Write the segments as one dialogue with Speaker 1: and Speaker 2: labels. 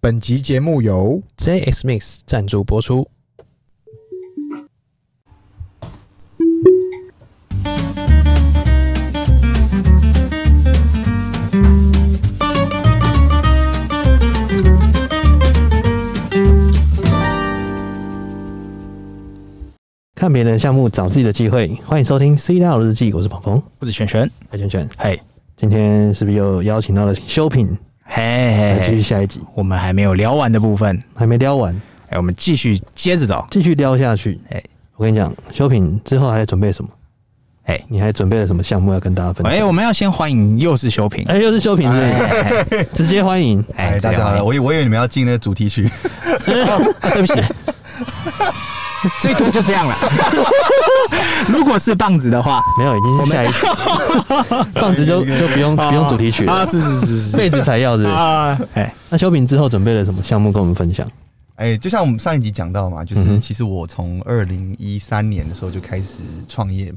Speaker 1: 本集节目由
Speaker 2: JX Mix 赞助播出。看别人的项目，找自己的机会。欢迎收听《C 大佬日记》，我是鹏鹏，
Speaker 3: 我是璇璇，
Speaker 2: 海圈圈。
Speaker 3: 嘿，
Speaker 2: 今天是不是又邀请到了修品
Speaker 3: 嘿
Speaker 2: 来
Speaker 3: 嘿
Speaker 2: 继续
Speaker 3: 嘿，
Speaker 2: 下一集？
Speaker 3: 我们还没有聊完的部分，
Speaker 2: 还没撩完，
Speaker 3: 哎，我们继续接着走。
Speaker 2: 继续撩下去。
Speaker 3: 哎
Speaker 2: 我跟你讲，修品之后还准备什么？
Speaker 3: 哎
Speaker 2: 你还准备了什么项目要跟大家分享？
Speaker 3: 哎，我们要先欢迎又是修平，
Speaker 2: 哎，又是修品是不是
Speaker 3: 哎哎
Speaker 2: 直接欢迎。
Speaker 3: 哎，
Speaker 4: 大家好了，我以我以为你们要进那个主题曲，
Speaker 2: 对不起，
Speaker 3: 最多 就这样了。 如果是棒子的话，
Speaker 2: 没有，已经是下一集，棒 子就就不用不用主题曲
Speaker 3: 啊，
Speaker 2: 了，
Speaker 3: 是是是是
Speaker 2: 被子才要是不是。
Speaker 3: 啊，哎，
Speaker 2: 那修品之后准备了什么项目跟我们分享？
Speaker 4: 哎，就像我们上一集讲到嘛，就
Speaker 2: 嗯哼
Speaker 4: 是其实我从二零一三年的时候就开始创业，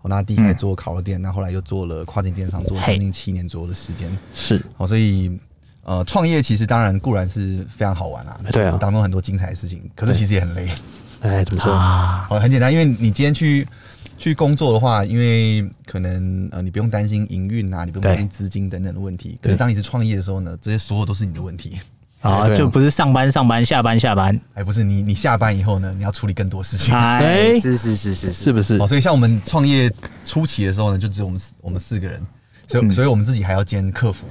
Speaker 4: 我那
Speaker 2: 嗯
Speaker 4: 第一开始做烤肉店，那后来又做了跨境电商，做了
Speaker 3: 嘿
Speaker 4: 将近七年左右的时间。
Speaker 2: 是
Speaker 4: 好，所以呃，创业其实当然固然是非常好玩啦，
Speaker 2: 对啊
Speaker 4: 当中很多精彩的事情，可是其实也很累。
Speaker 2: 哎，怎么说？
Speaker 3: 啊
Speaker 4: 好，很简单，因为你今天去去工作的话，因为可能呃，你不用担心营运啊，你不用担心资金等等的问题。可是当你是创业的时候呢，这些所有都是你的问题。
Speaker 2: 哎
Speaker 3: 啊，就不是上班上班，下班下班，
Speaker 4: 哎，不是你，你下班以后呢，你要处理更多事情。
Speaker 3: 哎
Speaker 2: 哎，
Speaker 3: 是是是是是
Speaker 2: 是，不是
Speaker 4: 哦，？所以像我们创业初期的时候呢，就只有我们四我们四个人，所以、
Speaker 2: 嗯
Speaker 4: 所以我们自己还要兼客服，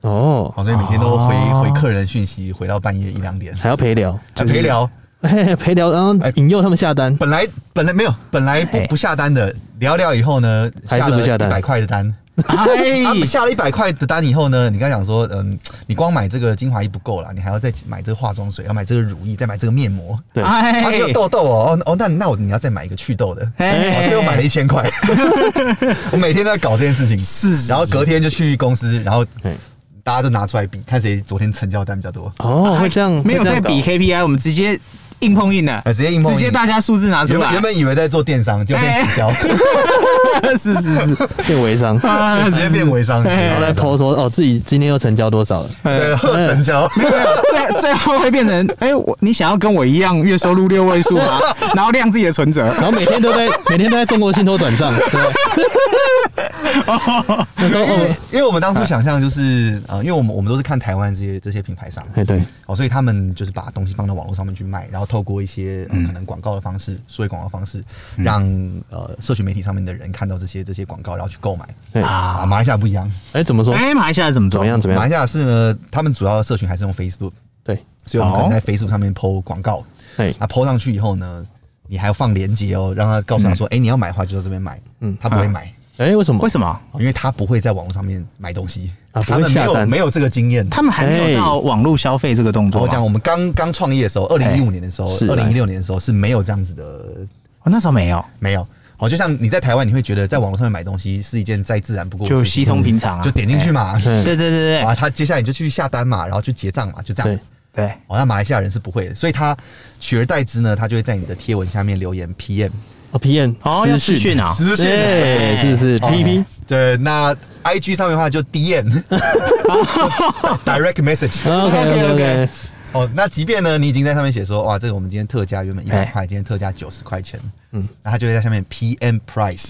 Speaker 2: 哦，
Speaker 4: 好，所以每天都回、
Speaker 3: 哦
Speaker 4: 回客人讯息，回到半夜一两点，
Speaker 2: 还要陪聊，
Speaker 4: 还陪聊。
Speaker 2: 嘿陪聊，然后引诱他们下单。
Speaker 4: 本来本来没有，本来不
Speaker 3: 哎
Speaker 4: 不下单的，聊聊以后呢，
Speaker 2: 还是不下单
Speaker 4: 一百块的 单。啊，
Speaker 3: 哎，
Speaker 4: 下了一百块的单以后呢，你刚讲说，嗯，你光买这个精华液不够啦，你还要再买这个化妆水，要买这个乳液，再买这个面膜。
Speaker 2: 对
Speaker 3: 哎
Speaker 4: 啊，你有痘痘哦，哦，哦那那我你要再买一个祛痘的。
Speaker 3: 哎
Speaker 4: 哦我最后买了一 千块，我每天都在搞这件事情，
Speaker 3: 是
Speaker 4: 然后隔天就去公司，然后
Speaker 2: 哎
Speaker 4: 大家就拿出来比，看谁昨天成交单比较多，
Speaker 3: 啊
Speaker 2: 哦，会这样，
Speaker 3: 哎没有
Speaker 2: 会这
Speaker 3: 在
Speaker 2: 样搞
Speaker 3: 比 KPI，我们直接硬碰硬的
Speaker 4: 哎，，直接硬碰硬
Speaker 3: 直接大家数字拿出
Speaker 4: 原
Speaker 3: 来
Speaker 4: 本。原本以为在做电
Speaker 3: 哎
Speaker 4: 商，就变直销，
Speaker 3: 是是是，
Speaker 2: 变微商，然
Speaker 3: 啊，
Speaker 4: 直接变微商，
Speaker 2: 后
Speaker 3: 哎
Speaker 4: 然
Speaker 2: 来 PO 说哦，自己今天又成交多少了？
Speaker 4: 对，
Speaker 3: 呃
Speaker 4: 然后 成交，
Speaker 3: 最最后会变成，哎、我你想要跟我一样月收入六位数 吗？然后量自己的存折，
Speaker 2: 然后每天都 在每天都在中国信托转账，对吧。那时候
Speaker 4: 因为
Speaker 2: 哦，
Speaker 4: 因为我们当初想象就是呃，因为我们我们都是看台湾这些这些品牌商，
Speaker 3: 嗯
Speaker 2: 哎对，
Speaker 4: 哦，所以他们就是把东西放到网络上面去卖，然后透过一些、
Speaker 3: 嗯
Speaker 4: 呃可能广告的方式，数位广告方式，让呃社群媒体上面的人看到这些这些广告，然后去购买。
Speaker 3: 嗯
Speaker 2: 对
Speaker 4: 啊，马来西亚不一样，
Speaker 2: 哎怎么说？
Speaker 3: 哎、马来西亚怎么
Speaker 2: 怎
Speaker 3: 走
Speaker 2: 么样？？怎么
Speaker 4: 马来
Speaker 2: 样？
Speaker 4: 西亚是呢，他们主要的社群还是用 Facebook，
Speaker 2: 对，
Speaker 4: 所以我们可
Speaker 3: 哦
Speaker 4: 能在 Facebook 上面 PO 广告，
Speaker 2: 哎
Speaker 4: 那 PO 上去以后呢，你还要放链接哦，让他告诉他说，哎、你要买的话就到这边买，
Speaker 2: 嗯
Speaker 4: 嗯，他不会
Speaker 3: 啊
Speaker 4: 买。
Speaker 2: 哎为什么
Speaker 3: 为？什么
Speaker 4: 哦因为他不会在网络上面买东西，
Speaker 2: 啊不
Speaker 4: 他
Speaker 2: 会
Speaker 4: 们没
Speaker 2: 下单
Speaker 4: 有没有这个经验。
Speaker 3: 他们还没有
Speaker 2: 哎
Speaker 3: 到网络消费这个动作
Speaker 4: 我
Speaker 3: 吗？
Speaker 4: 讲，
Speaker 3: 哦
Speaker 4: 我们刚刚创业的时候，二零一五年的时候，
Speaker 2: 是
Speaker 4: 二零一六年的时候是没有这样子的
Speaker 3: 哦那时候没有，
Speaker 4: 没有。哦，就像你在台湾，你会觉得在网络上面买东西是一件再自然不过的
Speaker 3: 就
Speaker 4: 事情，
Speaker 3: 稀松平常啊。
Speaker 4: 就点进去嘛，
Speaker 3: 哎， 对对对
Speaker 4: 啊，
Speaker 3: 对
Speaker 4: 他接下来你就去下单嘛，然后去结账嘛，就这
Speaker 2: 对
Speaker 4: 样。
Speaker 3: 对，
Speaker 4: 哦，那马来西亚人是不会的，所以他取而代之呢，他就会在你的贴文下面留言 PM
Speaker 2: 哦 PM
Speaker 3: 哦，要
Speaker 2: 私
Speaker 3: 私讯
Speaker 2: 讯
Speaker 3: 啊，
Speaker 4: 私讯。
Speaker 2: 对，
Speaker 3: 哎
Speaker 2: 是不是
Speaker 4: 哦
Speaker 2: PP？
Speaker 4: 对，那 IG 上面的话就 DM direct message。
Speaker 2: OK OK OK，
Speaker 3: OK，OK
Speaker 4: 哦，那即便呢，你已经在上面写说，哇，这个我们今天特价原本一百
Speaker 3: 哎
Speaker 4: 块，今天特价九十块钱，
Speaker 2: 嗯
Speaker 4: 嗯，那他就会在下面 PM price，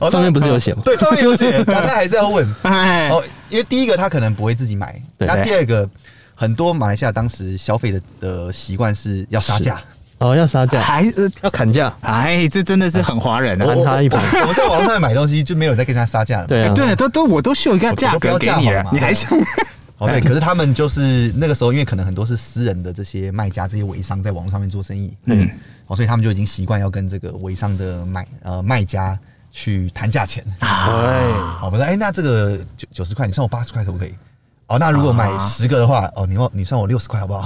Speaker 4: 哦
Speaker 2: 上面
Speaker 4: 那
Speaker 2: 不是有写吗？
Speaker 4: 对，上面有 写，但他还是要问
Speaker 3: 哎，
Speaker 4: 哦，因为第一个他可能不会自己买，
Speaker 2: 对哎
Speaker 4: 那第二个很多马来西亚当时消费的的习惯是要杀价，
Speaker 2: 哦，要杀价，
Speaker 3: 还是
Speaker 2: 要砍价，
Speaker 3: 哎，这真的是很华人
Speaker 2: 我
Speaker 3: 啊。
Speaker 2: 砍
Speaker 4: 哦
Speaker 2: 他一盘。
Speaker 4: 我们在网上面买东西就没有人在跟他杀价了，，
Speaker 2: 对啊，
Speaker 3: 哎对，都都我都秀一个价格给你
Speaker 4: 我就不要价
Speaker 3: 了
Speaker 4: 好嘛，
Speaker 3: 你还想？
Speaker 4: 哦对，可是他们就是那个时候，因为可能很多是私人的这些卖家、这些微商在网络上面做生意，嗯，哦，所以他们就已经习惯要跟这个微商的买呃卖家去谈价钱。
Speaker 3: 啊
Speaker 2: 哎，
Speaker 4: 哦，不是，哎、那这个九九十块，你算我八十块可不可以？哦，那如果买十个的话，哦，你要你算我六十块好不好？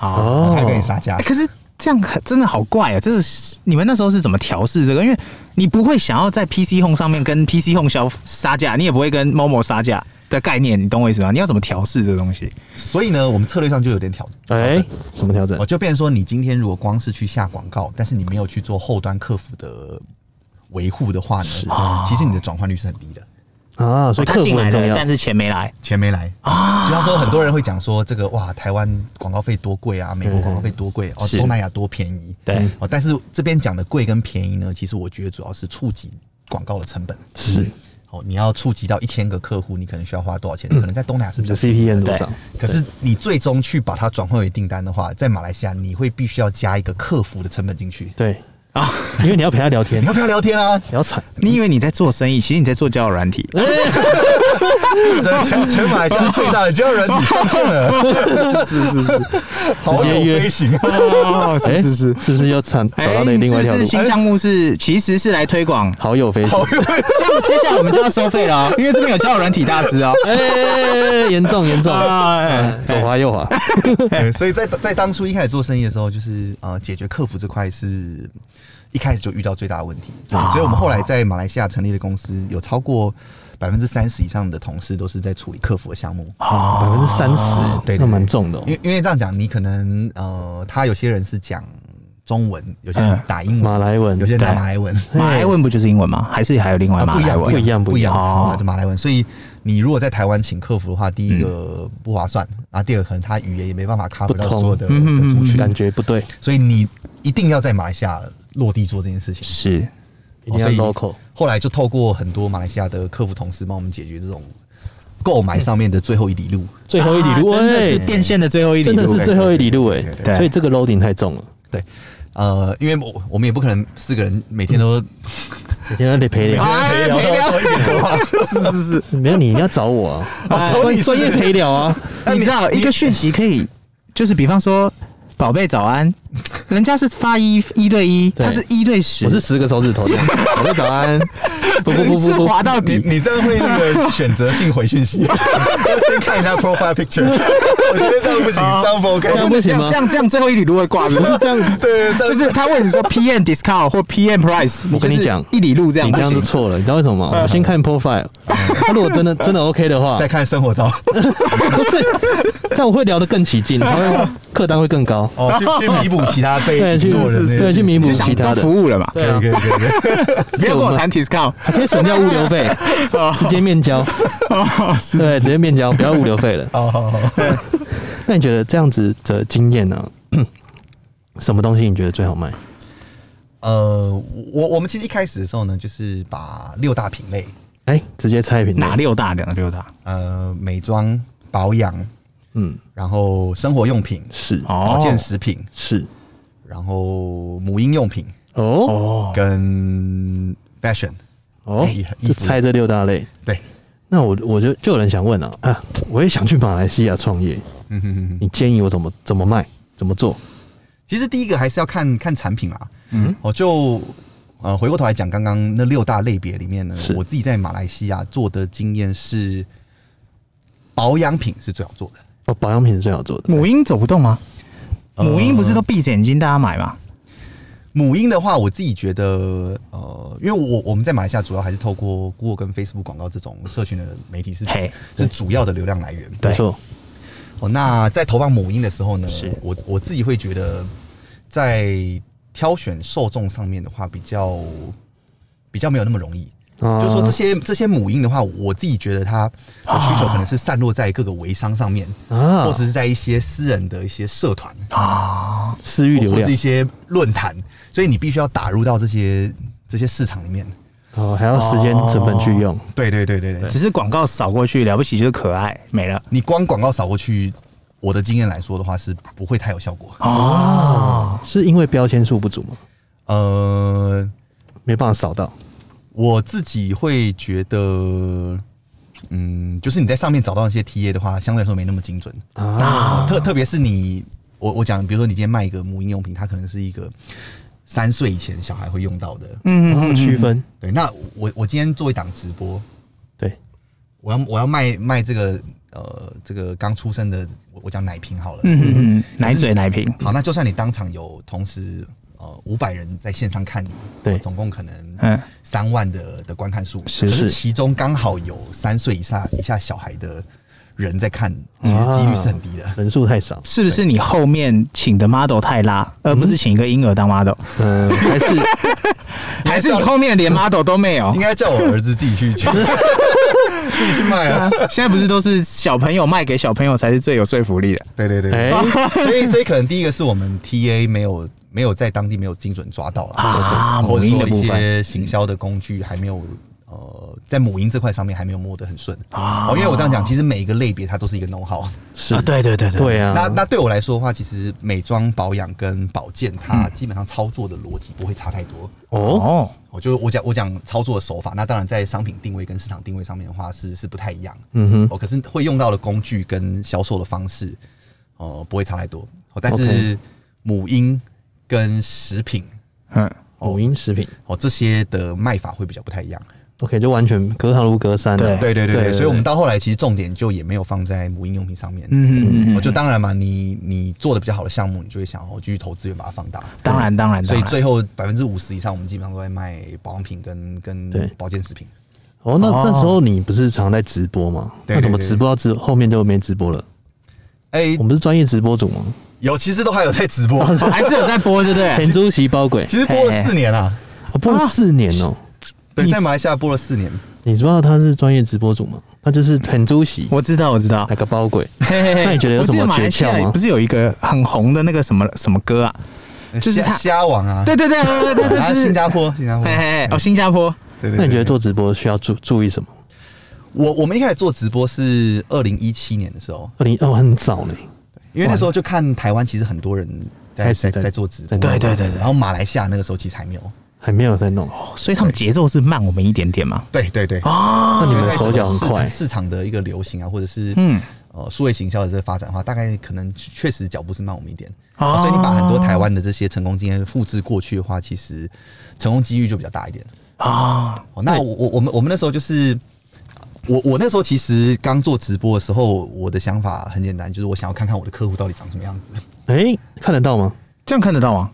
Speaker 3: 哦，
Speaker 2: 哦
Speaker 4: 他，可以杀价
Speaker 3: 哎。可是这样很真的好怪啊！这个是你们那时候是怎么调试这个？因为你不会想要在 PC Home 上面跟 PC Home 销杀价，你也不会跟 Momo 杀价的概念，你懂我意思吗？你要怎么调试这个东西？
Speaker 4: 所以呢，我们策略上就有点挑挑
Speaker 2: 哎
Speaker 4: 战。，
Speaker 2: 什么调整
Speaker 4: 哦，？就变成说，你今天如果光是去下广告，但是你没有去做后端客服的维护的话呢，其实你的转换率是很低的。
Speaker 2: 啊，所以
Speaker 3: 他
Speaker 2: 客
Speaker 3: 进
Speaker 2: 户
Speaker 3: 来
Speaker 2: 很重
Speaker 3: 了，
Speaker 2: 要
Speaker 3: 但是钱没来
Speaker 4: 钱没来啊。就像说，很多人会讲说，这个哇，台湾广告费多贵啊，美国广告费多贵哦，
Speaker 3: 嗯是
Speaker 4: 东南亚多便宜。
Speaker 3: 对
Speaker 4: 哦，但是这边讲的贵跟便宜呢，其实我觉得主要是触及广告的成本。
Speaker 2: 是
Speaker 4: 哦，你要触及到一千个客户，你可能需要花多少钱？
Speaker 3: 嗯
Speaker 4: 可能在东南亚是
Speaker 2: 你
Speaker 4: 比较
Speaker 2: 的 CP
Speaker 4: 便宜
Speaker 2: 是
Speaker 4: 的
Speaker 2: 多少？
Speaker 4: 可是你最终去把它转换为订单的话，在马来西亚你会必须要加一个客服的成本进去。
Speaker 2: 对，
Speaker 3: 啊！
Speaker 2: 因为你要陪他聊 天
Speaker 4: 你，要不要聊天啊？
Speaker 3: 哦
Speaker 2: 聊惨。
Speaker 3: 你以为你在做生意，其实你在做交友软体。
Speaker 2: 嗯
Speaker 4: 对全全马来西亚最大的交友软体上线了，是是是，好友飞行啊，
Speaker 3: 哦，
Speaker 2: 哎
Speaker 3: 是是是，
Speaker 2: 是不是又惨
Speaker 3: 哎
Speaker 2: 找到那另外一条
Speaker 3: 是
Speaker 2: 路
Speaker 3: 不是？新项目是其实是来推 广？
Speaker 2: 好友飞行，
Speaker 4: 啊
Speaker 3: 这样接下来我们就要收费了哦，因为这边有交友软体大师 哦。
Speaker 2: 哎，严重严重，
Speaker 3: 哎
Speaker 2: 哎左滑右滑，
Speaker 4: 对所以在在当初一开始做生意的时候，就是呃，解决客服这块是一开始就遇到最大的问题，所以我们后来在马来西亚成立的公司有超过百分之三十以上的同事都是在处理客服的项目。
Speaker 2: 百分之三十
Speaker 4: 对对，
Speaker 2: 那
Speaker 4: 对
Speaker 2: 蛮重的哦
Speaker 4: 因。为因为这样讲，你可能呃，他有些人是讲中文，有些人打英文，
Speaker 2: 马来文
Speaker 4: 有些人打
Speaker 3: 对
Speaker 4: 马来文，
Speaker 3: 马来文不就是英文吗？还是还有另外
Speaker 4: 啊，
Speaker 3: 马
Speaker 4: 不一
Speaker 3: 来
Speaker 4: 样，
Speaker 3: 文？
Speaker 2: 不一样
Speaker 4: 不一样，
Speaker 3: 哦
Speaker 4: 啊，就马来文。所以你如果在台湾请客服的话，第一个不划算，啊，第二个可能他语言也没办法 cover
Speaker 2: 不
Speaker 4: 到
Speaker 2: 通
Speaker 4: 所有的
Speaker 3: 嗯嗯
Speaker 4: 的族群，
Speaker 2: 感觉不对，
Speaker 4: 所以你一定要在马来西亚落地做这件事情。
Speaker 3: 是
Speaker 2: 一定要
Speaker 4: 所以
Speaker 2: local。
Speaker 4: 后来就透过很多马来西亚的客服同事帮我们解决这种购买上面的最后一里路。
Speaker 2: 最后一里路，
Speaker 3: 啊真的是
Speaker 2: 哎
Speaker 3: 变现的最后一里
Speaker 2: 真
Speaker 3: 路，
Speaker 2: 的是最后一里路哎
Speaker 4: 对对
Speaker 3: 对，
Speaker 2: 所以这个 loading 太重了，
Speaker 4: 对，呃，因为我我们也不可能四个人每天都
Speaker 2: 每天得陪聊，
Speaker 3: 哎
Speaker 4: 聊
Speaker 3: 陪聊
Speaker 4: 到多一点的话，是是是，
Speaker 2: 没有你一定要找我啊，
Speaker 4: 找你
Speaker 2: 专专业陪聊啊，
Speaker 3: 哎你知道一个讯息可以，就是比方说“宝贝早安”，人家是发一一对一，
Speaker 2: 对
Speaker 3: 他是一对十，
Speaker 2: 我是十个手指头的，我说早安，不不不
Speaker 3: 一次
Speaker 2: 不不，
Speaker 3: 滑到
Speaker 4: 你
Speaker 3: 底。
Speaker 4: 你这样会那个选择性回讯息， 先看一下 profile picture，我 觉得这样不行，这样不 OK，
Speaker 2: 这样不行吗
Speaker 3: 这样这样最后一里路会挂
Speaker 2: 不是
Speaker 3: 着。
Speaker 2: 这样，
Speaker 4: 对，
Speaker 3: 就
Speaker 4: 这样
Speaker 3: 是他问你说 PM discount 或 PM price，
Speaker 2: 我跟你
Speaker 3: 就是
Speaker 2: 讲
Speaker 3: 一里路这样
Speaker 2: 你
Speaker 3: 不
Speaker 2: 这
Speaker 3: 行，
Speaker 2: 样就错了，你知道为什么吗？我先看 profile，他如果真的真的 OK 的话
Speaker 4: 再，看生活照，
Speaker 2: 不是，这样我会聊得更起劲，然后客单会更高，
Speaker 4: 哦，去去弥补其他被
Speaker 2: 对去
Speaker 4: 遗落的那些
Speaker 2: 是对去弥补
Speaker 4: 讯息
Speaker 2: 其他的
Speaker 3: 都服务了嘛？
Speaker 2: 对
Speaker 4: 可
Speaker 2: 啊
Speaker 4: 以可，以可以可以，
Speaker 3: 不要跟我谈 discount，
Speaker 2: 可以省掉物流费，
Speaker 4: 哦
Speaker 2: 直接面交，对，直接面交，不要物流费了。
Speaker 4: 好好好，
Speaker 2: 那你觉得这样子的经验呢？什么东西你觉得最好卖？
Speaker 4: 呃，我我们其实一开始的时候呢，就是把六大品类，
Speaker 2: 哎，直接拆屏
Speaker 3: 哪？六大两六大？
Speaker 4: 呃，美妆、保养，
Speaker 2: 嗯，
Speaker 4: 然后生活用品、
Speaker 2: 是
Speaker 3: 哦
Speaker 4: 保健食品，
Speaker 2: 是
Speaker 4: 然后母婴用品
Speaker 2: 哦
Speaker 3: 哦，
Speaker 4: 跟 fashion，
Speaker 2: 哦
Speaker 4: 哎呀，
Speaker 2: 就拆这六大类。
Speaker 4: 对，
Speaker 2: 那我我就就有人想问了啊，我也想去马来西亚创业，
Speaker 4: 嗯哼哼哼。
Speaker 2: 你建议我怎么怎么卖，怎么做？
Speaker 4: 其实第一个还是要看看产品啦。嗯，我就呃回过头来讲，刚刚那六大类别里面呢
Speaker 2: 是，
Speaker 4: 我自己在马来西亚做的经验是，保养品是最好做的。
Speaker 2: 哦，保养品是最好
Speaker 4: 嗯
Speaker 2: 做的。
Speaker 3: 母婴走不动吗？母婴不是都闭着眼睛大家买吗？
Speaker 4: 母婴的话，我自己觉得，呃，因为我我们在马来西亚主要还是透过 Google 跟 Facebook 广告这种社群的媒体是
Speaker 3: 嘿
Speaker 4: 是主要的流量来源。
Speaker 2: 没错，
Speaker 4: 哦，那在投放母婴的时候呢
Speaker 3: 是，
Speaker 4: 我我自己会觉得，在挑选受众上面的话，比较比较没有那么容易。
Speaker 2: 啊
Speaker 4: 就说这些这些母婴的话，我自己觉得它的需求可能是散落在各个微商上面，
Speaker 2: 啊
Speaker 4: 或者是在一些私人的一些社团，
Speaker 2: 私域流
Speaker 4: 或者
Speaker 2: 量
Speaker 4: 是一些论坛，所以你必须要打入到这些这些市场里面。
Speaker 2: 哦，还要时间成本去用，
Speaker 4: 对对对对对，
Speaker 3: 只是广告扫过去，了不起就是可爱没了。
Speaker 4: 你光广告扫过去，我的经验来说的话是不会太有效果。哦
Speaker 2: 是因为标签数不足吗？
Speaker 4: 呃，
Speaker 2: 没办法扫到
Speaker 4: 我自己会觉得，嗯，就是你在上面找到那些 TA 的话，相对来说没那么精准。
Speaker 2: 啊，
Speaker 4: 特特别是你，我我讲，比如说你今天卖一个母婴用品，它可能是一个三岁以前小孩会用到的。
Speaker 3: 嗯
Speaker 2: 然后区分
Speaker 4: 对，那我我今天做一档直播，
Speaker 3: 嗯
Speaker 2: 对
Speaker 4: 我要我要卖卖这个呃这个刚出生的，我我讲奶瓶好了。
Speaker 3: 嗯嗯嗯，奶嘴奶瓶
Speaker 4: 好，那就算你当场有同时呃五百人在线上看你，
Speaker 2: 对
Speaker 4: 总共可能
Speaker 3: 嗯
Speaker 4: 三万的的观看数，
Speaker 3: 是
Speaker 4: 可是
Speaker 2: 是
Speaker 4: 其中刚好有三岁以下以下小孩的人在看，其实
Speaker 3: 啊
Speaker 4: 几率是很低的。
Speaker 2: 人数 太少，
Speaker 3: 是不是你后面请的 model 太拉，而不是请一个婴儿当 model，
Speaker 2: 嗯，还是
Speaker 3: 还是你后面连 model 都没有
Speaker 4: 应？该叫我儿子自己去讲。自己去卖啊。
Speaker 3: 现在不是都是小朋友卖给小朋友才是最有说服力的？
Speaker 4: 对对对，
Speaker 3: 哎
Speaker 2: 哎
Speaker 4: 对所以所以可能第一个是我们 TA 没有没有在当地没有精准抓到了
Speaker 3: 啊
Speaker 4: 或者
Speaker 3: 母婴的
Speaker 4: 说一
Speaker 3: 部分
Speaker 4: 些行销的工具还没有。呃，在母婴这块上面还没有摸得很顺
Speaker 3: 啊
Speaker 4: 哦，因为我这样讲，其实每一个类别它都是一个 know how。
Speaker 2: 是
Speaker 3: 啊，对对对对
Speaker 2: 对啊，
Speaker 4: 那那对我来说的话，其实美妆保养跟保健，它
Speaker 3: 嗯
Speaker 4: 基本上操作的逻辑不会差太多。
Speaker 2: 哦，
Speaker 3: 哦，
Speaker 4: 我就我讲我讲操作的手法，那当然在商品定位跟市场定位上面的话是是不太一样。
Speaker 2: 嗯哼，
Speaker 4: 哦，可是会用到的工具跟销售的方式，哦，不会差太多。哦，但是
Speaker 2: OK
Speaker 4: 母婴跟食品，
Speaker 3: 嗯，
Speaker 2: 母婴食品
Speaker 4: 哦，这些的卖法会比较不太一样。
Speaker 2: ，OK，就完全隔行如隔山
Speaker 3: 对
Speaker 2: 了。
Speaker 4: 对对对
Speaker 2: 对对
Speaker 4: 对，所以我们到后来其实重点就也没有放在母婴用品上面。
Speaker 3: 嗯嗯嗯，
Speaker 4: 哦，就当然嘛，你你做的比较好的项目，你就会想哦继续投资源把它放大。
Speaker 3: 当然当然，
Speaker 4: 所以
Speaker 3: 当然
Speaker 4: 最后百分之五十以上，我们基本上都在卖保养品跟
Speaker 2: 对
Speaker 4: 跟保健食品。
Speaker 2: 哦，那
Speaker 3: 哦
Speaker 2: 那时候你不是常在直播吗？
Speaker 4: 对
Speaker 2: 那怎么
Speaker 4: 对对
Speaker 2: 直播到之后面就没直播了？
Speaker 4: 哎、
Speaker 2: 我们是专业直播主吗？
Speaker 4: 有其实都还有在直播，
Speaker 3: 哦还是有在播，对不对？
Speaker 2: 田猪席包鬼，
Speaker 4: 其实播了四年啊，
Speaker 2: 我播了四年哦。
Speaker 3: 啊
Speaker 4: 对，
Speaker 3: 你
Speaker 4: 在马来西亚播了四年。
Speaker 2: 你知道他是专业直播主吗？他就是田猪席，
Speaker 3: 我知道，我知道。
Speaker 2: 那个包鬼。
Speaker 3: 嘿嘿嘿
Speaker 2: 那你觉得有什么诀窍吗
Speaker 3: 我记得马来西亚不是有一个很红的那个什么什么歌啊？就是
Speaker 4: 虾
Speaker 3: 他
Speaker 4: 虾网啊，
Speaker 3: 对对对 对对对
Speaker 4: 啊，
Speaker 3: 对，
Speaker 4: 新
Speaker 3: 是。
Speaker 4: 加坡，新加坡，
Speaker 3: 嘿嘿嘿，哦，
Speaker 4: 对
Speaker 3: 新加坡。
Speaker 4: 对对。
Speaker 2: 那你觉得
Speaker 4: 对
Speaker 2: 做直播需要注注意什么？
Speaker 4: 我我们一开始做直播是二零一七年的时候，
Speaker 2: 二零哦，很早嘞，
Speaker 4: 因为那时候就看台湾其实很多人在
Speaker 2: 开始
Speaker 4: 在
Speaker 2: 在
Speaker 4: 在做直播，
Speaker 2: 在弄
Speaker 3: 对对对对
Speaker 4: 然后马来西亚那个时候其实还没有，
Speaker 2: 还没有在弄。
Speaker 3: 哦所以他们节奏是慢我们一点点嘛。
Speaker 4: 对对对，
Speaker 3: 啊
Speaker 2: 那你
Speaker 4: 所以
Speaker 2: 们
Speaker 4: 在
Speaker 2: 手脚很
Speaker 4: 整哦个市
Speaker 2: 快
Speaker 4: 市场的一个流行啊，或者是
Speaker 3: 嗯
Speaker 4: 嗯呃数位行销的这个发展的话，大概可能确实脚步是慢我们一点。啊
Speaker 3: 哦
Speaker 4: 所以你把很多台湾的这些成功经验复制过去的话，其实成功几率就比较大一点。
Speaker 3: 啊，
Speaker 4: 哦，那我我我们我们那时候就是，我我那时候其实刚做直播的时候，我的想法很简单，就是我想要看看我的客户到底长什么样子。
Speaker 2: 哎，看得到吗？
Speaker 3: 这样看得到吗？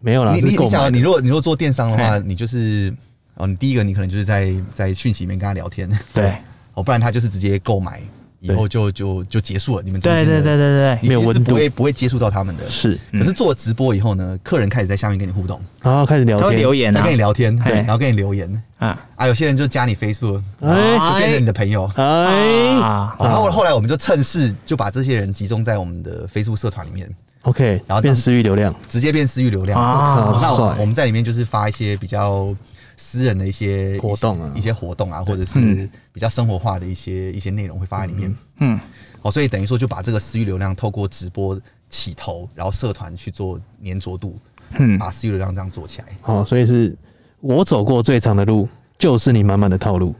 Speaker 2: 没有啦，
Speaker 4: 你你
Speaker 2: 是
Speaker 4: 你
Speaker 2: 购
Speaker 4: 想啊，
Speaker 2: 买
Speaker 4: 你
Speaker 2: 的。
Speaker 4: 如果你如果做电商的话，
Speaker 3: 嘿
Speaker 4: 你就是哦，你第一个你可能就是在在讯息里面跟他聊天，
Speaker 3: 对
Speaker 4: 哦，不然他就是直接购买以后就就就结束了。你们中
Speaker 3: 对对
Speaker 4: 间的
Speaker 3: 对对对，
Speaker 4: 你
Speaker 2: 没有
Speaker 4: 其实
Speaker 2: 温度
Speaker 4: 不会不会接触到他们的。
Speaker 2: 是，嗯
Speaker 4: 可是做直播以后呢，客人开始在下面跟你互动，
Speaker 2: 然后开始聊
Speaker 3: 他会
Speaker 2: 天，
Speaker 3: 留言
Speaker 4: 他
Speaker 3: 啊
Speaker 4: 跟你，聊天，
Speaker 3: 嘿
Speaker 4: 然后跟你留言
Speaker 3: 啊
Speaker 4: 啊，有些人就加你 Facebook，
Speaker 2: 哎
Speaker 3: 啊
Speaker 4: 就变成你的朋友。
Speaker 2: 哎
Speaker 3: 啊，
Speaker 4: 然后后来我们就趁势就把这些人集中在我们的 Facebook 社团里面，
Speaker 2: ，OK，
Speaker 4: 然后
Speaker 2: 变私域流量，
Speaker 4: 直接变私域流量。
Speaker 3: 啊
Speaker 4: 那我
Speaker 2: 帅
Speaker 4: 我们在里面就是发一些比较私人的一些
Speaker 2: 活动啊
Speaker 4: 一些活动啊，或者是比较生活化的一些一些内容会放在里面。
Speaker 3: 嗯，
Speaker 4: 哦，所以等于说就把这个私域流量透过直播起头，然后社团去做粘着度，
Speaker 3: 嗯
Speaker 4: 把私域流量这样做起来。
Speaker 2: 哦，所以是我走过最长的路，就是你满满的套路。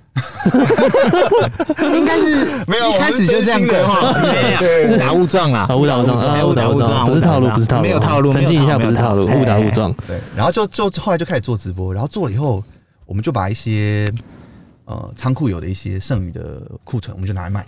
Speaker 3: 应该 是
Speaker 4: 没有
Speaker 3: 一开始就这样规划，
Speaker 4: 对
Speaker 3: 误打误撞啦，
Speaker 2: 啊，误打误撞，啊，误打误
Speaker 3: 哎
Speaker 2: 撞，不哎是套路，不是套路，
Speaker 3: 没有套路，，
Speaker 2: 澄清一下，不是套路，误打误。撞。
Speaker 4: 对，然后就就后来就开始做直播，然后做了以后，我们就把一些呃仓库有的一些剩余的库存，我们就拿来卖，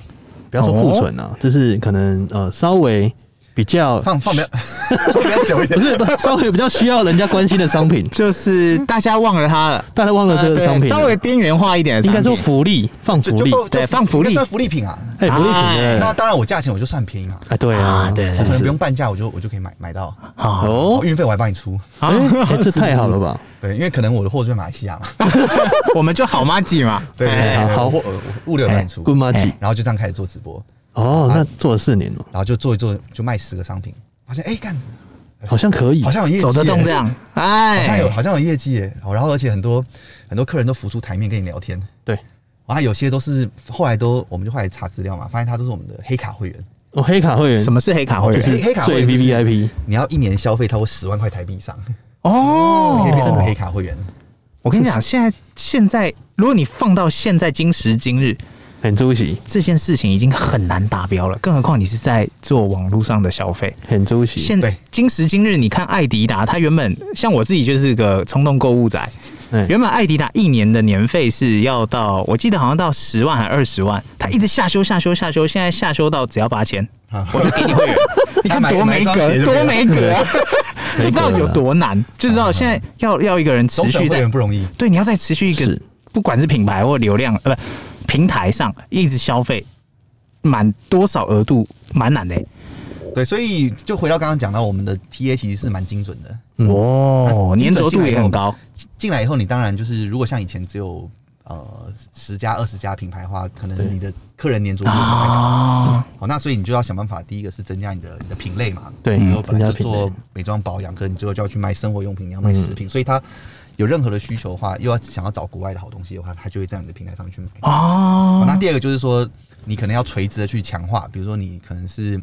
Speaker 2: 不要说库存啊，就是可能呃稍微比较
Speaker 4: 放放比较 放比较久一点
Speaker 2: 不。是不是稍微比较需要人家关心的商品
Speaker 3: 就是大家忘了他了，呃
Speaker 2: 大家忘了这个商品了，
Speaker 3: 啊
Speaker 2: 啊
Speaker 3: 稍微边缘化一点，
Speaker 2: 应该说福利放
Speaker 4: 就
Speaker 2: 福
Speaker 4: 就
Speaker 2: 利，
Speaker 4: 放
Speaker 3: 对
Speaker 4: 就
Speaker 3: 放福利
Speaker 4: 应该算福利品啊。
Speaker 2: 哎福利品
Speaker 3: 哎
Speaker 4: 那
Speaker 2: 的，
Speaker 4: 当然我价钱我就算便宜嘛，
Speaker 2: 哎对啊
Speaker 3: 啊，对
Speaker 4: 我
Speaker 2: 是
Speaker 4: 可
Speaker 2: 不
Speaker 4: 能
Speaker 2: 是
Speaker 4: 不用半价，我就我就可以买买到。
Speaker 3: 好
Speaker 4: 哦，
Speaker 2: 哦，
Speaker 4: 运费我还帮你出，
Speaker 3: 啊，
Speaker 2: 哎这太好了吧？
Speaker 4: 对，因为可能我的货就在马来西亚嘛，
Speaker 3: 我们就好妈几嘛，哎
Speaker 4: 对对对
Speaker 2: 好
Speaker 4: 对，
Speaker 2: 好
Speaker 4: 我货呃物流也帮你出，哎
Speaker 2: Good m a g i
Speaker 4: 然后就这样开始做直播，
Speaker 2: 哦，那做了四年了，
Speaker 4: 然后就做一做就卖十个商品，发现哎干，
Speaker 2: 好像可以，
Speaker 4: 好像有业绩
Speaker 3: 走
Speaker 4: 耶，
Speaker 3: 得动这样，
Speaker 4: 好像
Speaker 3: 哎
Speaker 4: 有，好像有业绩耶，哦然后而且很多很多客人都浮出台面跟你聊天，
Speaker 2: 对
Speaker 4: 然后有些都是后来都我们就后来查资料嘛，发现他都是我们的黑卡会员，
Speaker 2: 哦，黑卡会员
Speaker 3: 什么哎是黑卡会
Speaker 4: 就是
Speaker 3: 员？
Speaker 4: 黑黑卡会
Speaker 2: 最
Speaker 4: 员就
Speaker 2: V
Speaker 4: 是
Speaker 2: V I P
Speaker 4: 你要一年消费超过十万块台币以上，
Speaker 3: 哦
Speaker 4: 你可以变成黑卡会员。
Speaker 3: 我跟你讲，现在现在，如果你放到现在今时今日，
Speaker 2: 很出席，
Speaker 3: 这件事情已经很难达标了，更何况你是在做网络上的消费。
Speaker 2: 很出席，
Speaker 3: 现
Speaker 4: 对
Speaker 3: 今时今日，你看艾迪达，它原本像我自己就是个冲动购物仔，
Speaker 2: 哎
Speaker 4: 嗯
Speaker 3: 原本艾迪达一年的年费是要到，我记得好像到十万还二十万，它一直下修下修下修，现在下修到只要八 千，哦我就给你会员。你看
Speaker 4: 买
Speaker 3: 多
Speaker 4: 买
Speaker 3: 没
Speaker 4: 一双
Speaker 3: 格，
Speaker 4: 鞋就可以
Speaker 3: 多
Speaker 4: 了嗯
Speaker 3: 没 格啊， 就知道
Speaker 2: 没格
Speaker 3: 有
Speaker 2: 了
Speaker 3: 多难，就知道现在要要一个人持
Speaker 4: 忠
Speaker 3: 续
Speaker 4: 诚会
Speaker 3: 在
Speaker 4: 员不容易，
Speaker 3: 对，你要再持续一个
Speaker 2: 是，
Speaker 3: 不管是品牌或流量，呃，不，平台上一直消费满多少额度，蛮难的、
Speaker 4: 对，所以就回到刚刚讲到，我们的 TA 其实是蛮精准的。
Speaker 2: 嗯
Speaker 3: 哦，
Speaker 4: 啊
Speaker 3: 粘着度也很高，
Speaker 4: 进来以后，你当然就是如果像以前只有呃十家二十家品牌的话，可
Speaker 2: 对
Speaker 4: 能你的客人粘着度会太高。
Speaker 3: 啊，
Speaker 4: 好，哦那所以你就要想办法，第一个是增加你的你的品类嘛，
Speaker 2: 对
Speaker 4: 比如
Speaker 2: 嗯
Speaker 4: 说本来
Speaker 2: 增加
Speaker 4: 就
Speaker 2: 品类嗯
Speaker 4: 做美妆保养，可是你最后就要去卖生活用品，你要卖食品，所以他有任何的需求的话，又要想要找国外的好东西的话，他就会在你的平台上去买。
Speaker 3: 哦
Speaker 4: 好，那第二个就是说，你可能要垂直的去强化，比如说你可能是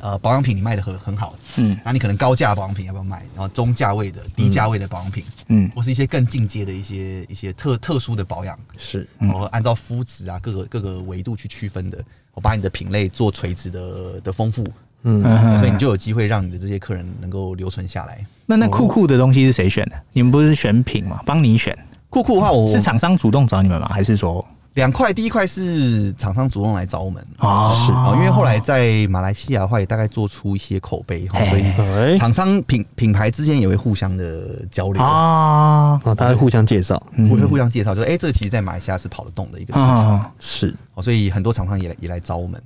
Speaker 4: 呃保养品你卖的很很好，
Speaker 3: 嗯
Speaker 4: 那你可能高价的保养品要不要卖？然后中价位的、低价位的保养品，
Speaker 3: 嗯
Speaker 4: 或是一些更进阶的一些一些特特殊的保养，
Speaker 2: 是
Speaker 4: 然后哦按照肤质啊各个各个维度去区分的，我把你的品类做垂直的的丰富，哦
Speaker 2: 嗯，
Speaker 3: 嗯
Speaker 4: 所以你就有机会让你的这些客人能够留存下来。
Speaker 3: 那那酷酷的东西是谁选的？你们不是选品吗？帮你选，
Speaker 4: 酷酷的话，我
Speaker 3: 是厂商主动找你们吗？还是说
Speaker 4: 两块，第一块是厂商主动来找我们，
Speaker 3: 哦
Speaker 4: 是啊，因为后来在马来西亚的话，也大概做出一些口碑哈，所以
Speaker 2: 哎，
Speaker 4: 厂商品品牌之间也会互相的交流，
Speaker 3: 啊？
Speaker 2: 哦，大家互相介绍，
Speaker 4: 我会互相介绍，就是哎、这个其实在马来西亚是跑得动的一个市场，
Speaker 3: 啊，
Speaker 2: 是
Speaker 4: 哦所以很多厂商也来也来找我们。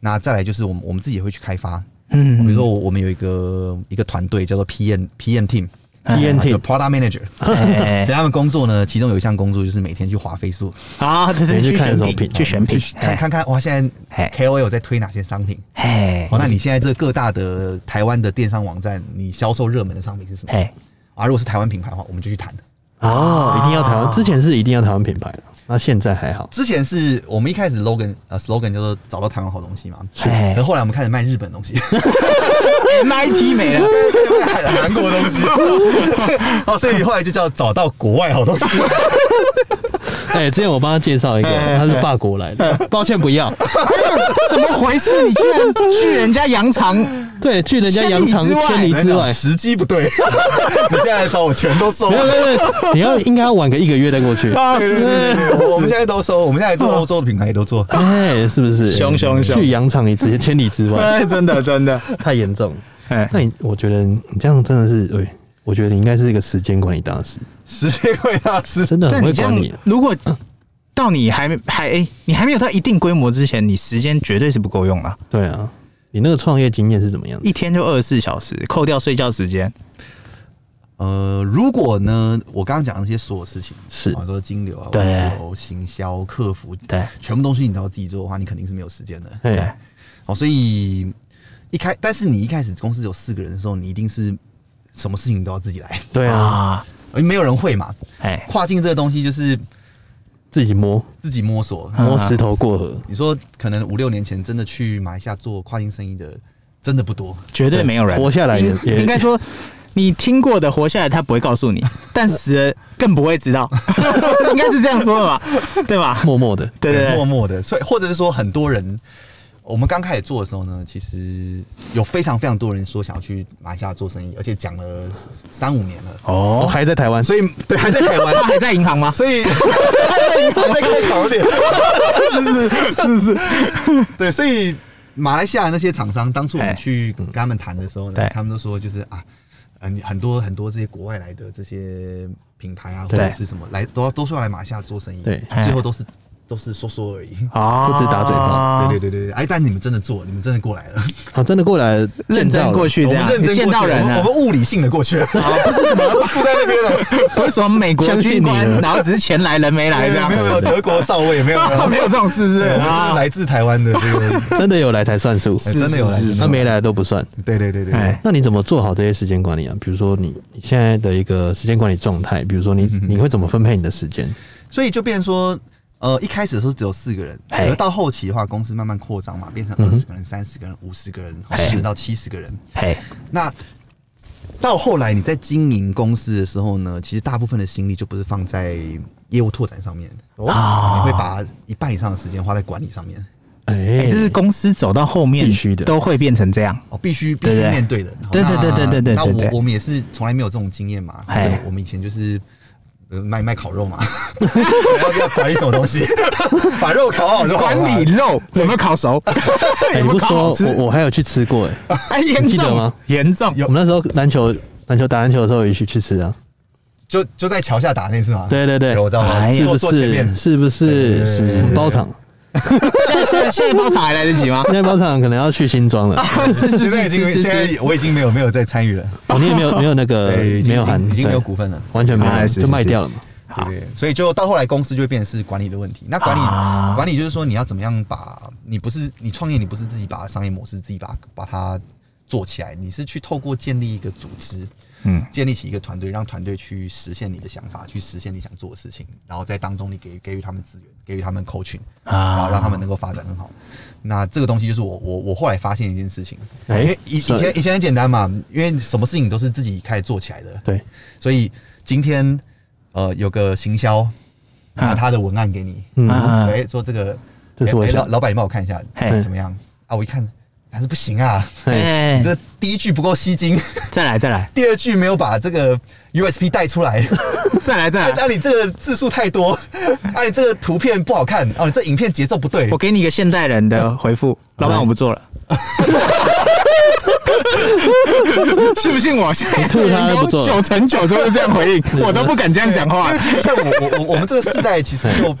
Speaker 4: 那再来就是我们我们自己也会去开发，哦
Speaker 3: 嗯
Speaker 4: 比如说我我们有一个一个团队叫做 PM PM Team。
Speaker 3: 嗯
Speaker 2: P N
Speaker 4: 它叫
Speaker 2: T，
Speaker 4: Product Manager，
Speaker 3: 哎
Speaker 4: 所以他们工作呢，其中有一项工作就是每天去划 Facebook，
Speaker 3: 啊，对对，
Speaker 2: 你去看
Speaker 3: 选
Speaker 2: 什么品
Speaker 3: 去选品
Speaker 4: 去，看看看哇，现在
Speaker 3: 哎
Speaker 4: KOL 在推哪些商品，
Speaker 3: 哎，
Speaker 4: 哦，那你现在这各大的台湾的电商网站，你销售热门的商品是什么？
Speaker 3: 哎，
Speaker 4: 啊，如果是台湾品牌的话，我们就去谈。
Speaker 2: 哦，一定要台湾，之前是一定要台湾品牌的，那现在还好，
Speaker 4: 之前是我们一开始 logan 呃 slogan 叫做找到台湾好东西嘛，
Speaker 3: 是
Speaker 4: 可是后来我们开始卖日本东西，
Speaker 3: MIT 没了，
Speaker 4: 卖韩国东西， 哦，所以后来就叫找到国外好东西。
Speaker 2: 哎，之前我帮他介绍一个，他是法国来的，抱歉不要，
Speaker 3: 怎么回事？你居然去人家羊肠？
Speaker 2: 对，去人家
Speaker 3: 千里
Speaker 2: 羊肠
Speaker 3: 之外
Speaker 2: 千里之外，
Speaker 4: 时机不对， 你现在来找我全都收
Speaker 2: 没有
Speaker 4: 了。
Speaker 2: 没有，没有你要应该要晚个一个月再过去，
Speaker 3: 啊，
Speaker 4: 是是是是我们现在都收，我们现在做欧洲的品牌也都做。
Speaker 2: 哎，是不是？
Speaker 3: 凶凶凶
Speaker 2: 去羊场也直接千里之 外，
Speaker 3: 哎，真的真的，
Speaker 2: 太严重了。
Speaker 3: 哎，
Speaker 2: 那你，我觉得你这样真的是，对，我觉得你应该是一个时间管理 大师，
Speaker 4: 时间贵大师，
Speaker 2: 真的
Speaker 3: 但
Speaker 2: 很
Speaker 3: 你
Speaker 2: 会
Speaker 3: 这
Speaker 2: 管嗯
Speaker 3: 样
Speaker 2: 理。，
Speaker 3: 如果到你还没还哎，你还没有到一定规模之前，你时间绝对是不够用啊，
Speaker 2: 对啊，你那个创业经验是怎么样的？
Speaker 3: 一天就二十四小时，扣掉睡觉时间，
Speaker 4: 呃，如果呢，我刚刚讲的那些所有事情，
Speaker 2: 是
Speaker 4: 比方说金流啊、
Speaker 3: 对
Speaker 4: 物流、行销、客服，
Speaker 3: 对，
Speaker 4: 全部东西你都要自己做的话，你肯定是没有时间的。
Speaker 2: 哎，
Speaker 4: 好，所以一开，但是你一开始公司只有四个人的时候，你一定是什么事情都要自己来，
Speaker 2: 对啊，
Speaker 3: 啊，
Speaker 4: 而没有人会嘛。
Speaker 3: 哎，
Speaker 4: 跨境这个东西就是
Speaker 2: 自己摸
Speaker 4: 自己摸索。
Speaker 3: 啊嗯
Speaker 2: 摸石头过 河，
Speaker 4: 你说可能五六年前真的去马来西亚做跨境生意的，真的不多。
Speaker 3: 绝对没有人
Speaker 2: 活下来也
Speaker 3: 应
Speaker 2: 也
Speaker 3: 应该说。你听过的活下来，他不会告 诉你，但死了更不会知道， 应该是这样说的吧？对吧？
Speaker 2: 默默的，
Speaker 3: 对对
Speaker 4: 默
Speaker 3: 对，
Speaker 4: 默的，所以或者是说很多人，我们刚开始做的时候呢，其实有非常非常多人说想要去马来西亚做生意，而且讲了三五年了，
Speaker 2: 哦，还在台湾，
Speaker 4: 所以对还在台
Speaker 3: 他
Speaker 4: 湾，
Speaker 3: 还在银行吗？
Speaker 4: 所以 还在开考点，是不是？是不是？ 对，所以马来西亚那些厂商，当初我们去跟他们谈的时候呢
Speaker 3: 哎对，
Speaker 4: 他们都说就是啊，嗯，你很多很多这些国外来的这些品牌啊，或
Speaker 2: 对
Speaker 4: 者是什么来，都要都说要来马来西亚做生意，
Speaker 2: 对
Speaker 4: 啊
Speaker 3: 哎
Speaker 4: 最后都是都是说说而已。
Speaker 3: 啊
Speaker 2: 不止打嘴炮
Speaker 4: 对对对对对，哎，但你们真的做，你们真的过来了，
Speaker 2: 好，啊真的过来，
Speaker 3: 认
Speaker 2: 见到
Speaker 3: 真
Speaker 2: 了
Speaker 3: 过， 去
Speaker 4: 我
Speaker 3: 这
Speaker 4: 们
Speaker 3: 样，
Speaker 4: 认真过去
Speaker 3: 见到人啊
Speaker 4: 我们
Speaker 3: 了
Speaker 4: 我，们物理性的过去了，啊，不是什么都住在那边了，
Speaker 3: 不是什么美国
Speaker 2: 相信
Speaker 3: 军
Speaker 2: 你了
Speaker 3: 官，然后只是钱来人没 来这样，
Speaker 4: 没有没有德国少尉，没有没有
Speaker 3: 没有这种事是不是
Speaker 4: 对，我们是
Speaker 3: 啊？
Speaker 4: 来自台湾的这个，
Speaker 2: 真的有来才 算数，
Speaker 4: 真的有来自台
Speaker 2: 那
Speaker 4: 湾，
Speaker 2: 没来都不算。
Speaker 4: 对对对对对
Speaker 3: 哎，
Speaker 2: 那你怎么做好这些时间管理啊？比如说你你现在的一个时间管理状态，比如说你
Speaker 3: 嗯
Speaker 2: 你会怎么分配你的时间？
Speaker 4: 所以就变成说。呃，一开始的时候只有四个人，
Speaker 3: 哎
Speaker 4: 而到后期的话，公司慢慢扩张嘛，变成
Speaker 3: 嗯
Speaker 4: 二十个人、三十个人、五十个人，甚至到七十个人。
Speaker 3: 嘿，
Speaker 4: 那到后来你在经营公司的时候呢，其实大部分的心力就不是放在业务拓展上面，
Speaker 2: 哦，
Speaker 4: 你会把一半以上的时间花在管理上面。
Speaker 2: 哎
Speaker 3: 这是公司走到后面
Speaker 2: 必须的
Speaker 3: 都会变成这样，
Speaker 4: 哦，必须必须
Speaker 3: 对对
Speaker 4: 面对的。好
Speaker 3: 对对
Speaker 4: 那
Speaker 3: 对对对对
Speaker 4: 那
Speaker 3: 对对
Speaker 4: 我我们也是从来没有这种经验嘛。
Speaker 3: 哎
Speaker 4: 对我们以前就是呃卖卖烤肉嘛， 然后要管理什么东西， 把肉烤好就好
Speaker 3: 管
Speaker 4: 了
Speaker 3: 理肉有没有烤 熟？
Speaker 2: 哎
Speaker 3: 有没
Speaker 2: 你
Speaker 3: 有
Speaker 2: 不
Speaker 3: 烤好
Speaker 2: 说，
Speaker 3: 吃？
Speaker 2: 我我还有去吃过哎、
Speaker 3: 哎，严
Speaker 2: 你记得
Speaker 3: 重
Speaker 2: 吗
Speaker 3: 严重，
Speaker 4: 有
Speaker 2: 我们那时候篮球篮球打篮球的时候也去去吃啊，
Speaker 4: 就就在桥下打那次嘛。
Speaker 2: 对对对，
Speaker 4: 有我知道
Speaker 3: 哎
Speaker 4: 吗？
Speaker 2: 是
Speaker 4: 坐
Speaker 2: 不
Speaker 4: 坐前
Speaker 2: 是
Speaker 4: 面，
Speaker 2: 是不是
Speaker 4: 是
Speaker 2: 我包场？
Speaker 3: 现在现在现在包场还来得及吗？
Speaker 2: 现在包场可能要去新庄 了，
Speaker 3: 是是
Speaker 4: 现
Speaker 3: 是
Speaker 4: 在已经
Speaker 3: 是是
Speaker 4: 现
Speaker 3: 是，
Speaker 4: 在我已经没有没有再参与了，
Speaker 2: 哦，你也没有没有那个
Speaker 4: 对，已经
Speaker 2: 没有含
Speaker 4: 已经没有
Speaker 2: 对
Speaker 4: 股份了。
Speaker 2: 完全没
Speaker 3: 哎
Speaker 2: 有，
Speaker 3: 是
Speaker 2: 就是卖
Speaker 4: 是
Speaker 2: 掉了嘛。
Speaker 4: 对不对？所以就到后来公司就会变成是管理的问题。那管理、
Speaker 3: 啊
Speaker 4: 管理就是说你要怎么样把你不是你创业，你不是自己把商业模式自己把把它做起来，你是去透过建立一个组织，
Speaker 3: 嗯，
Speaker 4: 建立起一个团队，让团队去实现你的想法，去实现你想做的事情，然后在当中你给予给予他们资源，给予他们 coaching，
Speaker 3: 啊
Speaker 4: 然后让他们能够发展很好。那这个东西就是我我我后来发现一件事情，因
Speaker 2: 哎
Speaker 4: 为以以
Speaker 2: 是
Speaker 4: 前以前很简单嘛，因为什么事情都是自己开始做起来的，
Speaker 2: 对，
Speaker 4: 所以今天呃有个行销拿
Speaker 3: 啊
Speaker 4: 他的文案给你，
Speaker 2: 嗯
Speaker 3: 啊
Speaker 4: 哎说这个，
Speaker 2: 这是我
Speaker 4: 哎哎
Speaker 2: 想
Speaker 4: 老老板你帮我看一下
Speaker 3: 嘿
Speaker 4: 怎么样啊？我一看还是不行啊，
Speaker 2: 哎，
Speaker 3: 哎
Speaker 4: 你，这第一句不够吸睛，
Speaker 3: 再来再来
Speaker 4: 第二句没有把这个 USP 带出来，
Speaker 3: 再来再来，
Speaker 4: 啊你这个字数太多，啊你这个图片不好看，哦、你这影片节奏不对
Speaker 3: 我，给你一个现代人的回复，老板我不做 了。信不信我？现在
Speaker 2: 吐他都不做了
Speaker 3: 九成九都是这样回 应，我都不敢这样讲话
Speaker 4: 因为。其实像我我我 我们这个世代其实就。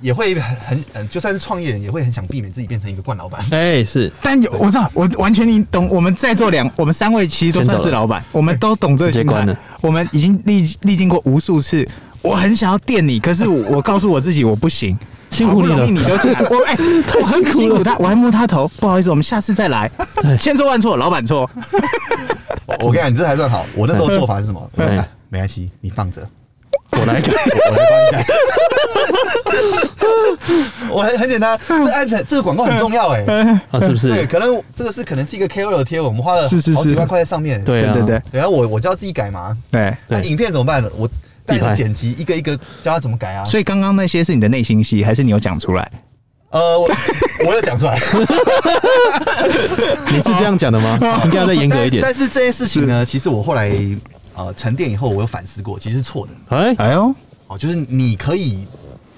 Speaker 4: 也会很很呃，就算是创业人，也会很想避免自己变成一个惯老板。
Speaker 2: 哎是
Speaker 3: 但有我知道，我完全你懂。我们在座两，我们三位其实都算是老板，我们都懂这个
Speaker 2: 直接
Speaker 3: 情况
Speaker 2: 关了。
Speaker 3: 我们已经历历经过无数次，我很想要电你，可是我我告诉我自己我不行。
Speaker 2: 辛苦你了
Speaker 3: 好不容易你就进来，我 哎、我何止辛苦他，我还摸他头，不好意思，我们下次再来。千错万错，老板错，
Speaker 4: 我我跟你讲，你这还算好。我那时候做法是什么？
Speaker 2: 嗯
Speaker 4: 哎没关系，你放着，
Speaker 2: 我来改，
Speaker 4: 我来帮你改。我很很简单，这案子这个广告很重要哎、
Speaker 2: 啊是不
Speaker 4: 对，
Speaker 2: 是？
Speaker 4: 可能这个是可能是一个 KOL 的贴文，我们花了
Speaker 3: 是是是
Speaker 4: 好几万块在上面。
Speaker 2: 对啊，
Speaker 3: 对对
Speaker 4: 对，然后我我就要自己改嘛。
Speaker 3: 对。
Speaker 4: 那
Speaker 2: 对
Speaker 4: 影片怎么办呢？我
Speaker 2: 自
Speaker 4: 带
Speaker 2: 己
Speaker 4: 着
Speaker 2: 拍
Speaker 4: 剪辑一个一个教他怎么改啊。
Speaker 3: 所以刚刚那些是你的内心戏，还是你有讲出来？
Speaker 4: 呃，我 我有讲出来，
Speaker 2: 你是这样讲的吗？应该要再严格一点。
Speaker 4: 但但是这件事情呢，其实我后来呃沉淀以后，我有反思过，其实是错的。
Speaker 2: 哎，
Speaker 3: 哎呦，
Speaker 4: 哦，就是你可以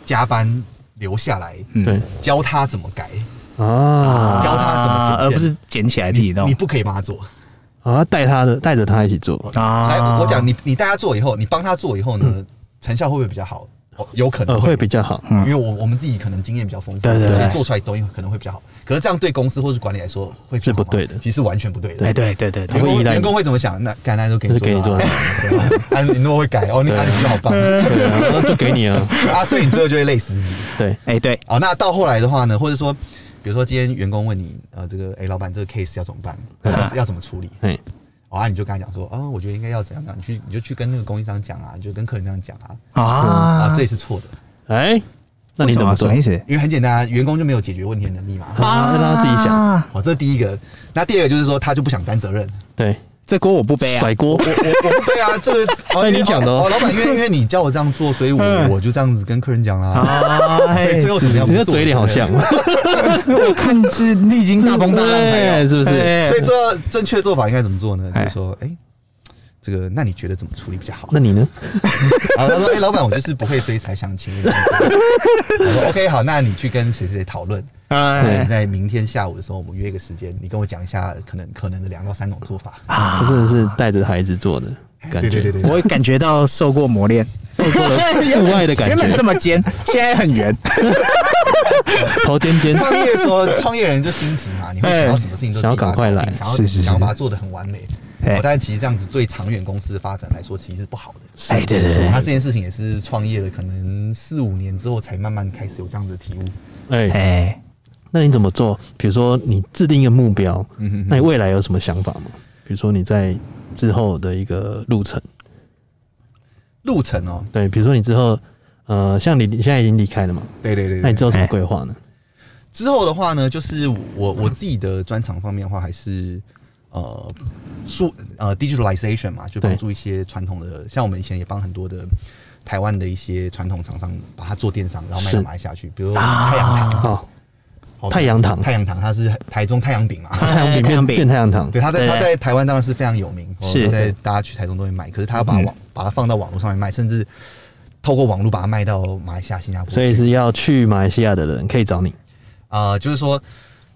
Speaker 4: 加班留下来，
Speaker 2: 对
Speaker 4: 教他怎么改，
Speaker 2: 嗯啊
Speaker 4: 教他怎么
Speaker 3: 啊
Speaker 4: 剪片
Speaker 3: 而不是捡起来自己弄
Speaker 4: 你不可以帮他做。
Speaker 2: 啊，带他的带着他一起做，
Speaker 3: 啊
Speaker 4: 来，我讲你，你带他做以后，你帮他做以后呢，成效会不会比较好？哦，有可
Speaker 2: 呃，
Speaker 4: 能
Speaker 2: 嗯会比较好。
Speaker 4: 因为我我们自己可能经验比较丰富，
Speaker 3: 对对对
Speaker 4: 所以做出来的东西可能会比较好。可是这样对公司或是管理来说会比较
Speaker 2: 是不
Speaker 4: 好吗
Speaker 2: 对的
Speaker 4: 其实完全不对的。
Speaker 3: 哎，对对对
Speaker 2: 他
Speaker 3: 对，
Speaker 4: 员
Speaker 2: 会
Speaker 4: 工
Speaker 2: 依赖你
Speaker 4: 员工会怎么想？那干那都给你
Speaker 2: 都是给你做
Speaker 4: 做吧，
Speaker 2: 的
Speaker 4: 对啊啊你那么会改哦，你啊你就好棒
Speaker 2: 对啊，那就给你了。
Speaker 4: 啊，所以你最后就会累死自己。
Speaker 2: 对，
Speaker 3: 哎对，
Speaker 4: 哦，那到后来的话呢，或者说，比如说今天员工问你，呃，这个哎、老板这个 case 要怎么办？要要怎么处理？
Speaker 2: 哎，
Speaker 4: 哦，啊，你就跟他讲说，哦，我觉得应该要怎样怎样，你去你就去跟那个供应商讲啊，你就跟客人这样讲啊，啊，
Speaker 3: 啊
Speaker 4: 这也是错的，
Speaker 2: 哎，那你怎么
Speaker 3: 为什么什
Speaker 2: 做
Speaker 3: 么意？思？
Speaker 4: 因为很简单啊，员工就没有解决问题的能力嘛。
Speaker 2: 啊，让他自己想。
Speaker 3: 啊，
Speaker 4: 哦，这第一个，那第二个就是说他就不想担责任。
Speaker 2: 对，
Speaker 3: 这锅我不背啊
Speaker 2: 甩。锅。
Speaker 4: 我我对啊，这个哦，
Speaker 2: 哎
Speaker 4: 因为
Speaker 2: 你讲的哦
Speaker 4: 哦，老板，因为因为你叫我这样做，所以我
Speaker 3: 嗯
Speaker 4: 我就这样子跟客人讲啦。
Speaker 3: 啊，
Speaker 4: 所以
Speaker 3: 嘿
Speaker 4: 最后怎么样？
Speaker 2: 哎你的嘴脸好 像，
Speaker 3: 我看是历经大风大浪才有，
Speaker 2: 对是不是
Speaker 3: 哎
Speaker 4: 所以这正确做法应该怎么做呢？就
Speaker 3: 哎
Speaker 4: 是说，哎、这个那你觉得怎么处理比较好？
Speaker 2: 那你呢？
Speaker 4: 然后他说，哎、老板，我就是不会，所以才想请你 来做。我说 OK，好，那你去跟谁谁谁讨论。
Speaker 2: 对
Speaker 3: 哎
Speaker 4: 在明天下午的时候，我们约一个时间，你跟我讲一下可能可能的两到三种做法。
Speaker 3: 啊
Speaker 2: 他真的是带着孩子做的感
Speaker 4: 对
Speaker 2: 觉，
Speaker 4: 对对对，
Speaker 3: 我感觉到受过磨练，
Speaker 2: 受过了父爱的感
Speaker 3: 原本
Speaker 2: 觉
Speaker 3: 这，么尖，现在很圆。
Speaker 2: 头尖 尖。
Speaker 4: 创业的时候，创业人就心急嘛，你会想要什么事情都
Speaker 2: 哎想要赶快来
Speaker 4: 自己把它搞定想要
Speaker 3: 是是是
Speaker 4: 想要把它做的很完美。
Speaker 3: 哎
Speaker 4: 哦但其实这样子对长远公司的发展来说，其实是不好的。哦
Speaker 3: 哎，对对对，
Speaker 4: 那这件事情也是创业了，可能四五年之后才慢慢开始有这样的体悟。
Speaker 2: 哎，
Speaker 3: 哎，
Speaker 2: 那你怎么做？比如说你制定一个目标，
Speaker 4: 嗯哼哼
Speaker 2: 那你未来有什么想法吗？比如说你在之后的一个路程，
Speaker 4: 路程哦，
Speaker 2: 对，比如说你之后，呃，像你你现在已经离开了嘛，
Speaker 4: 对对对
Speaker 2: 那
Speaker 4: 对
Speaker 2: 你之后什么规划呢？
Speaker 4: 之后的话呢，就是我我自己的专长方面的话，还是呃数呃 digitalization 嘛，就帮助一些传统的，像我们以前也帮很多的台湾的一些传统厂商把它做电商，然后卖
Speaker 2: 是
Speaker 4: 到马来西亚去，比如太阳堂，
Speaker 2: 好，
Speaker 4: 好
Speaker 2: 太阳堂哦
Speaker 4: 太阳堂它是台中哦太阳 饼嘛。
Speaker 2: 太阳
Speaker 3: 太
Speaker 2: 饼变
Speaker 3: 阳饼
Speaker 2: 变太阳堂，
Speaker 4: 对，它在
Speaker 3: 对
Speaker 4: 它在台湾当然是非常有名，哦
Speaker 3: 是
Speaker 4: 在大家去台中都会买。可是它要把
Speaker 2: 嗯
Speaker 4: 网把它放到网络上面卖，甚至透过网络把它卖到马来西亚、新加坡去。
Speaker 2: 所以是要去马来西亚的人可以找你，
Speaker 4: 呃，就是说，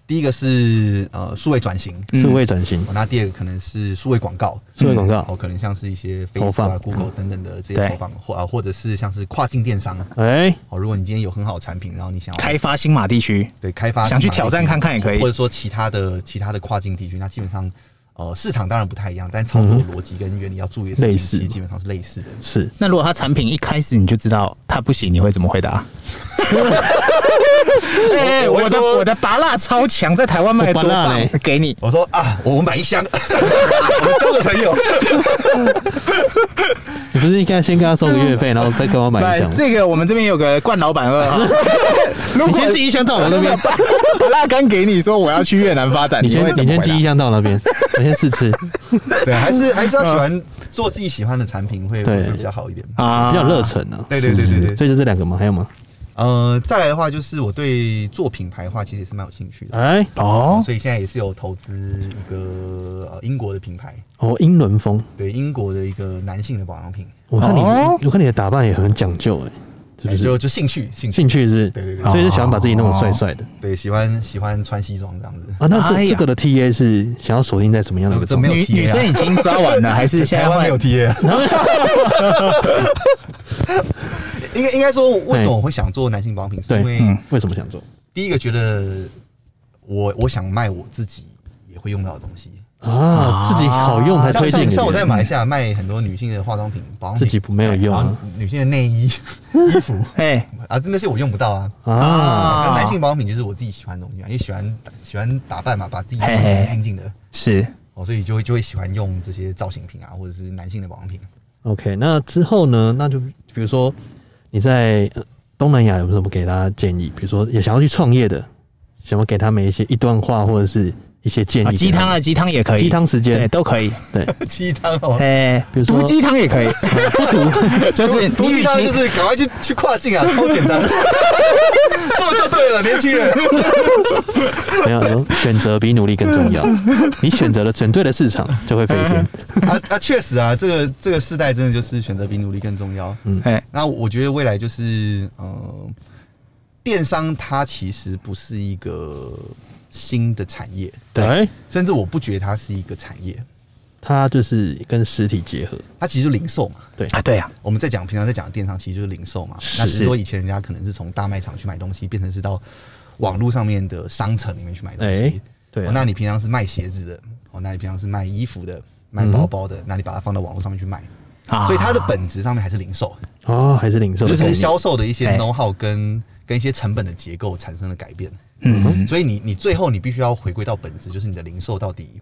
Speaker 4: 第一个是呃数位转型，
Speaker 2: 数位转型
Speaker 4: 哦，那第二个可能是数位广告，
Speaker 2: 数位广告，
Speaker 4: 哦，可能像是一些
Speaker 2: 投
Speaker 4: Facebook 啊、
Speaker 2: 放
Speaker 4: Google 等等的这些
Speaker 3: 对
Speaker 4: 投放，或啊，或者是像是跨境电商。
Speaker 2: 哎，
Speaker 4: 哦，如果你今天有很好的产品，然后你想要
Speaker 3: 开发新马地区，
Speaker 4: 对开发
Speaker 3: 想去
Speaker 4: 新马
Speaker 3: 挑战
Speaker 4: 地区
Speaker 3: 看看也可以
Speaker 4: 或者说其他的其他的跨境地区，那基本上。呃，市场当然不太一样，但操作逻辑跟原理要注意的事
Speaker 2: 类
Speaker 4: 情，
Speaker 2: 似
Speaker 4: 其实基本上是类似的。
Speaker 2: 是
Speaker 3: 那如果他产品一开始你就知道它不行，你会怎么回 答？哎、
Speaker 4: 我
Speaker 3: 我的
Speaker 4: 说
Speaker 3: 我的拔蜡超强，在台湾卖得多
Speaker 2: 我拔蜡
Speaker 3: 棒
Speaker 2: 嘞，
Speaker 3: 给你。
Speaker 4: 我说啊，我们买一箱，我们交个朋友，
Speaker 2: 你不是应该先跟他收个月费，然后再跟我买一箱吗？
Speaker 3: 这个我们这边有个冠老板 二号，如
Speaker 2: 你
Speaker 3: 果
Speaker 2: 先寄一箱到我那 边，
Speaker 3: 把把蜡干给你说我要去越南发展，
Speaker 2: 你
Speaker 3: 你会
Speaker 2: 先
Speaker 3: 怎
Speaker 2: 你
Speaker 3: 么
Speaker 2: 先
Speaker 3: 回
Speaker 2: 寄一
Speaker 3: 答？
Speaker 2: 箱到我那边，我先试吃，比
Speaker 4: 对，还是还是要喜欢做自己喜欢的产品会
Speaker 2: 对
Speaker 4: 会比较好一点。
Speaker 3: 啊
Speaker 2: 较热，忱呢。
Speaker 4: 对对对对对
Speaker 2: 所以就这两个嘛，还有吗？
Speaker 4: 呃，再来的话就是我对做品牌化其实也是蛮有兴趣的，
Speaker 2: 哎，
Speaker 3: 哦，
Speaker 4: 所以现在也是有投资一个呃英国的品牌，
Speaker 2: 哦，英伦风，
Speaker 4: 对英国的一个男性的保养品，
Speaker 2: 我看你
Speaker 3: 哦
Speaker 2: 我看你的打扮也很讲究哎，是不？
Speaker 4: 哎就是就兴趣兴趣
Speaker 2: 兴趣是
Speaker 4: 对
Speaker 2: 不
Speaker 4: 对
Speaker 2: 是，
Speaker 4: 对
Speaker 2: 所以就喜欢把自己弄得帅帅的
Speaker 4: 对喜欢喜欢穿西装这样子。
Speaker 2: 啊。那
Speaker 3: 哎
Speaker 2: 这
Speaker 3: 呀
Speaker 2: 这个的 TA 是想要锁定在什么样的一个
Speaker 4: 这
Speaker 2: 状
Speaker 4: 没
Speaker 2: 态？
Speaker 4: 有
Speaker 3: 女
Speaker 4: TA 啊
Speaker 3: 女生已经抓完 了，还是现在
Speaker 4: 台湾没有啊
Speaker 3: 换？
Speaker 4: 贴， 应该应该说，为什么我会想做男性保养品？是因为
Speaker 2: 对，嗯为什么想做？
Speaker 4: 第一个觉得我我想卖我自己也会用到的东西，
Speaker 2: 啊，自己好用才
Speaker 4: 像
Speaker 2: 推荐
Speaker 4: 像
Speaker 2: 给
Speaker 4: 像我在
Speaker 2: 人
Speaker 4: 马来西亚卖很多女性的化妆品、保养
Speaker 2: 自
Speaker 4: 品，
Speaker 2: 己不没有用
Speaker 4: 然后
Speaker 2: 啊
Speaker 4: 女性的内衣 衣服
Speaker 3: 哎
Speaker 4: 啊，那些我用不到啊。
Speaker 2: 啊，
Speaker 4: 可能
Speaker 3: 啊，
Speaker 4: 男性保养品就是我自己喜欢的东西嘛，因为喜欢打喜欢打扮嘛，把自己弄
Speaker 3: 嘿
Speaker 4: 得
Speaker 3: 嘿
Speaker 4: 干干净净的，
Speaker 3: 是
Speaker 4: 哦，所以就会就会喜欢用这些造型品啊，或者是男性的保养品。
Speaker 2: OK，那之后呢？那就比如说你在呃东南亚有没有什么给大家建议？比如说也想要去创业的，想要给他们一些一段话或者是一些建
Speaker 3: 啊，
Speaker 2: 议？
Speaker 3: 鸡汤啊，，鸡汤也可以，
Speaker 2: 鸡汤时
Speaker 3: 对
Speaker 2: 间
Speaker 3: 都可以。
Speaker 2: 对，
Speaker 4: 鸡汤哦，
Speaker 3: 哎、
Speaker 2: 比如说
Speaker 3: 毒鸡汤也可以，哎不毒，就是
Speaker 4: 毒
Speaker 3: 你
Speaker 4: 鸡
Speaker 3: 与
Speaker 4: 汤
Speaker 3: 其
Speaker 4: 就是赶快去去跨境啊，超简单， 做就对了，年轻人。
Speaker 2: 没有说选择比努力更重要。你选择了选对的市场，就会飞天。
Speaker 4: 啊啊，确实啊，这个这个世代真的就是选择比努力更重要。
Speaker 3: 哎、
Speaker 4: 那我觉得未来就是呃，电商它其实不是一个新的产业，
Speaker 3: 哎
Speaker 2: 对，
Speaker 4: 甚至我不觉得它是一个产业，
Speaker 2: 它就是跟实体结合。
Speaker 4: 它其实就零售嘛。
Speaker 3: 啊，对啊，
Speaker 4: 我们在讲平常在讲的电商，其实就是零售嘛。
Speaker 2: 是
Speaker 4: 那只是说以前人家可能是从大卖场去买东西，变成是到网络上面的商城里面去买东西。
Speaker 2: 哎对啊
Speaker 4: 哦那你平常是卖鞋子的，哦，那你平常是卖衣服的，卖包包的，那你把它放到网络上面去卖，
Speaker 2: 嗯
Speaker 3: 啊，
Speaker 4: 所以它的本质上面还是零售。
Speaker 2: 哦，还是零售的
Speaker 4: 就
Speaker 2: 概
Speaker 4: 是
Speaker 2: 念
Speaker 4: 销售的一些
Speaker 3: 哎
Speaker 4: know how 跟跟一些成本的结构产生了改变，
Speaker 3: 嗯，
Speaker 4: 所以你你最后你必须要回归到本质，就是你的零售到底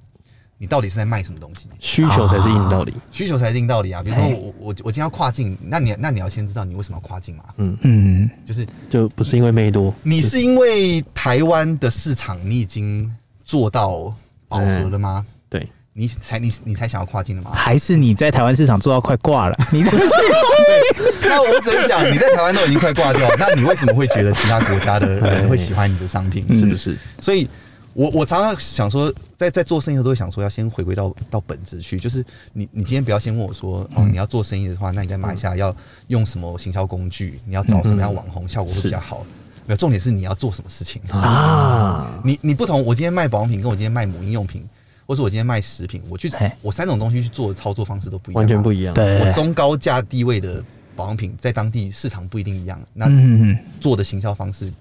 Speaker 4: 你到底是在卖什么东西，
Speaker 2: 需求才是硬道理。
Speaker 4: 需求才是硬道理啊。比如说
Speaker 3: 哎
Speaker 4: 我我我今天要跨境，那你那你要先知道你为什么要跨境嘛，
Speaker 3: 嗯，
Speaker 4: 就是
Speaker 2: 就不是因为妹多，
Speaker 4: 你是因为台湾的市场你已经做到饱和了吗？
Speaker 3: 哎
Speaker 2: 对，
Speaker 4: 你才你你才想要跨境的吗？
Speaker 3: 还是你在台湾市场做到快挂了，你这个是
Speaker 4: 那我只能讲，你在台湾都已经快挂掉，那你为什么会觉得其他国家的
Speaker 3: 哎
Speaker 4: 人会喜欢你的商
Speaker 3: 嗯
Speaker 4: 品？
Speaker 2: 是不是？
Speaker 4: 所以我我常常想说，在在做生意的时候都会想说，要先回归到到本质去，就是你你今天不要先问我说，哦，
Speaker 2: 嗯
Speaker 4: 你要做生意的话，那你在马来西亚要用什么行销工具？你要找什么样的网红，效果会比较好？没有，重点是你要做什么事情。
Speaker 2: 啊，
Speaker 4: 你你不同，我今天卖保养品，跟我今天卖母婴用品，或是我今天卖食品，我去
Speaker 3: 哎
Speaker 4: 我三种东西去做的操作方式都不一
Speaker 2: 嗯
Speaker 4: 样，
Speaker 2: 完全不
Speaker 4: 一
Speaker 2: 一样。
Speaker 3: 对
Speaker 4: 我中高价地位的保养品在当地市场不一定一样，那
Speaker 3: 嗯
Speaker 4: 做的行销方式、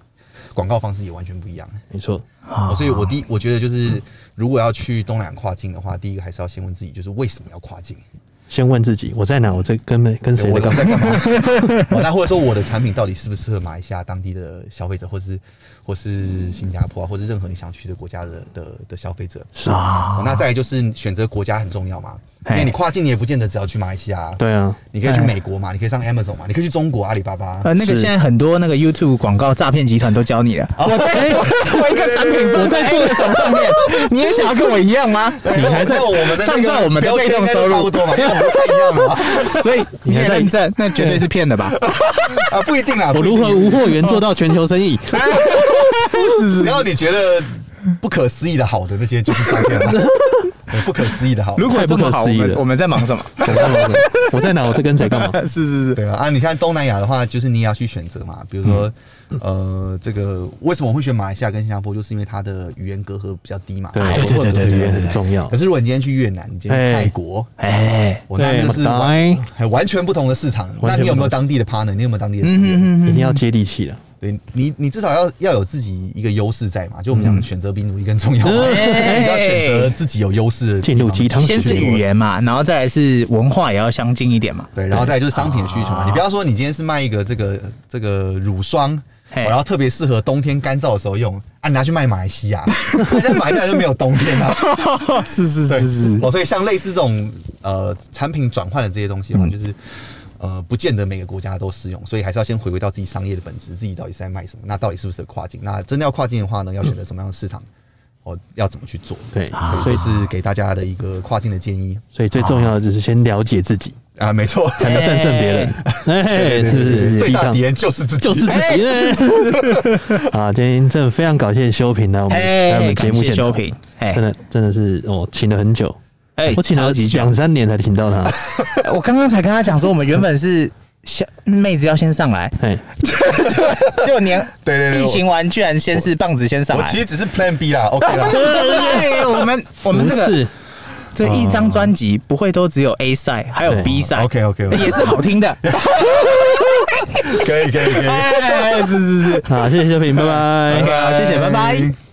Speaker 4: 广告方式也完全不一样。
Speaker 2: 没错，
Speaker 3: 啊
Speaker 4: 哦所以我第一我觉得就是，如果要去东南亚跨境的话，第一个还是要先问自己，就是为什么要跨境？
Speaker 2: 先问自己，我在哪？我在跟没跟
Speaker 4: 对
Speaker 2: 谁
Speaker 4: 我
Speaker 2: 在
Speaker 4: 我
Speaker 2: 干嘛
Speaker 4: 在？ 干嘛？哦那或者说我的产品到底适不适合马来西亚当地的消费者，或是或是新加坡啊，或是任何你想去的国家的的的消费者？
Speaker 2: 是
Speaker 4: 哦
Speaker 3: 啊，
Speaker 4: 那再来就是选择国家很重要嘛，因
Speaker 3: 哎
Speaker 4: 为你跨境你也不见得只要去马来西亚啊，
Speaker 2: 对啊，
Speaker 4: 你可以去美国嘛，你可以上 Amazon 嘛，你可以去中国阿里巴巴。
Speaker 3: 呃，那个
Speaker 2: 是
Speaker 3: 现在很多那个 YouTube 广告诈骗集团都教你了，我在我我一个产品我在做的手上面，你也想要跟我一样吗？
Speaker 4: 对
Speaker 2: 你还在
Speaker 4: 那我们的那
Speaker 3: 上
Speaker 4: 个
Speaker 3: 照我们的
Speaker 4: 标
Speaker 3: 被
Speaker 4: 签
Speaker 3: 动
Speaker 4: 应该
Speaker 3: 收
Speaker 4: 都
Speaker 3: 入
Speaker 4: 差不多 嘛，因为我们都太一样了嘛
Speaker 3: 所以你也
Speaker 2: 还在
Speaker 3: 认证，那绝对是骗的吧？
Speaker 4: 啊，不一定啦。
Speaker 2: 我
Speaker 4: 不一
Speaker 2: 如
Speaker 4: 定
Speaker 2: 何无货源做到全球生意？
Speaker 4: 只要你觉得不可思议的好的那些就是诈骗 了，对不可思议的好。
Speaker 3: 如果
Speaker 2: 太
Speaker 3: 这
Speaker 2: 不
Speaker 3: 么
Speaker 2: 可
Speaker 3: 好，我
Speaker 2: 思议
Speaker 3: 们
Speaker 2: 了
Speaker 3: 我们在忙什么？
Speaker 2: 我干嘛？我在哪？我在跟谁干嘛？
Speaker 3: 是是是，
Speaker 4: 对啊，啊，你看东南亚的话，就是你也要去选择嘛，比如说，
Speaker 2: 嗯
Speaker 4: 呃，这个为什么我会选马来西亚跟新加坡，就是因为它的语言隔阂比较低嘛。
Speaker 2: 对
Speaker 4: 啊
Speaker 2: 对
Speaker 3: 对
Speaker 4: 或者
Speaker 3: 对对
Speaker 4: 是
Speaker 3: 对
Speaker 4: 越南
Speaker 2: 很重要
Speaker 4: 可是如果你今天去越南，你今天去
Speaker 2: 哎
Speaker 4: 泰国，
Speaker 3: 哎，
Speaker 4: 我那就是
Speaker 2: 对
Speaker 4: 完
Speaker 2: 马来
Speaker 4: 哎完全不同的市场。
Speaker 2: 完
Speaker 4: 那
Speaker 2: 全
Speaker 4: 你有没
Speaker 3: 嗯
Speaker 2: 不同嗯
Speaker 4: 有当地的 partner？你有没有当地的资源？
Speaker 2: 一定要接地气了。
Speaker 4: 对你，你至少要要有自己一个优势在嘛。就我们
Speaker 2: 嗯
Speaker 4: 讲选择比努力更重要嘛，
Speaker 3: 嗯
Speaker 4: 你要选择自己有优势的地
Speaker 2: 进入
Speaker 4: 方
Speaker 2: 鸡汤
Speaker 3: 先
Speaker 2: 时
Speaker 3: 是
Speaker 2: 间
Speaker 3: 语言嘛，然后再来是文化也要相近一点嘛。
Speaker 4: 对，然后再来就是商品的需求嘛。你不要说你今天是卖一个这个这个乳霜，
Speaker 3: 嘿
Speaker 4: 哦然后特别适合冬天干燥的时候用，啊，你拿去卖马来西亚， 人家马来西亚就没有冬天啊。
Speaker 3: 是是
Speaker 4: 对，哦，所以像类似这种呃产品转换的这些东西的话，就是。呃，不见得每个国家都适用，所以还是要先回归到自己商业的本质，自己到底是在卖什么，那到底是不是跨境？那真的要跨境的话呢，要选择什么样的市场，哦，要怎么去做？
Speaker 2: 对，
Speaker 4: 所以是给大家的一个跨境的建议
Speaker 2: 所以最重要的就是先了解自己，
Speaker 4: 啊，没错，
Speaker 2: 才能战胜别人。哎，是不是？
Speaker 4: 最
Speaker 2: 鸡
Speaker 4: 大
Speaker 2: 汤
Speaker 4: 敌人就是自己，
Speaker 2: 就是自己哎。啊，今天真的非常感谢修平来我们
Speaker 3: 哎，
Speaker 2: 来我们节目
Speaker 3: 感谢
Speaker 2: 现
Speaker 3: 修
Speaker 2: 场，
Speaker 3: 平，哎
Speaker 2: 真，的真的是哦，请了很久，
Speaker 3: 哎，
Speaker 2: 我请了
Speaker 3: 超级久
Speaker 2: 两三年才请到他。
Speaker 3: 哎我刚刚才跟他讲说，我们原本是小妹子要先上来，
Speaker 2: 哎，
Speaker 3: 就年
Speaker 4: 对对对，
Speaker 3: 疫情完居然先是棒子先上
Speaker 4: 我
Speaker 3: 来。啊
Speaker 4: 其实只是 Plan B 啦，OK 啦。
Speaker 3: 对，我们我们
Speaker 2: 不
Speaker 3: 这个
Speaker 2: 是嗯
Speaker 3: 这一张专辑不会都只有 A 赛，还有
Speaker 2: 对
Speaker 3: B 赛
Speaker 4: OK OK
Speaker 3: 也
Speaker 4: OK，
Speaker 3: 是好听的。
Speaker 4: 可以可以可以，
Speaker 3: 哎，是是是，
Speaker 2: 好，谢谢修平，拜拜
Speaker 3: 好谢谢拜拜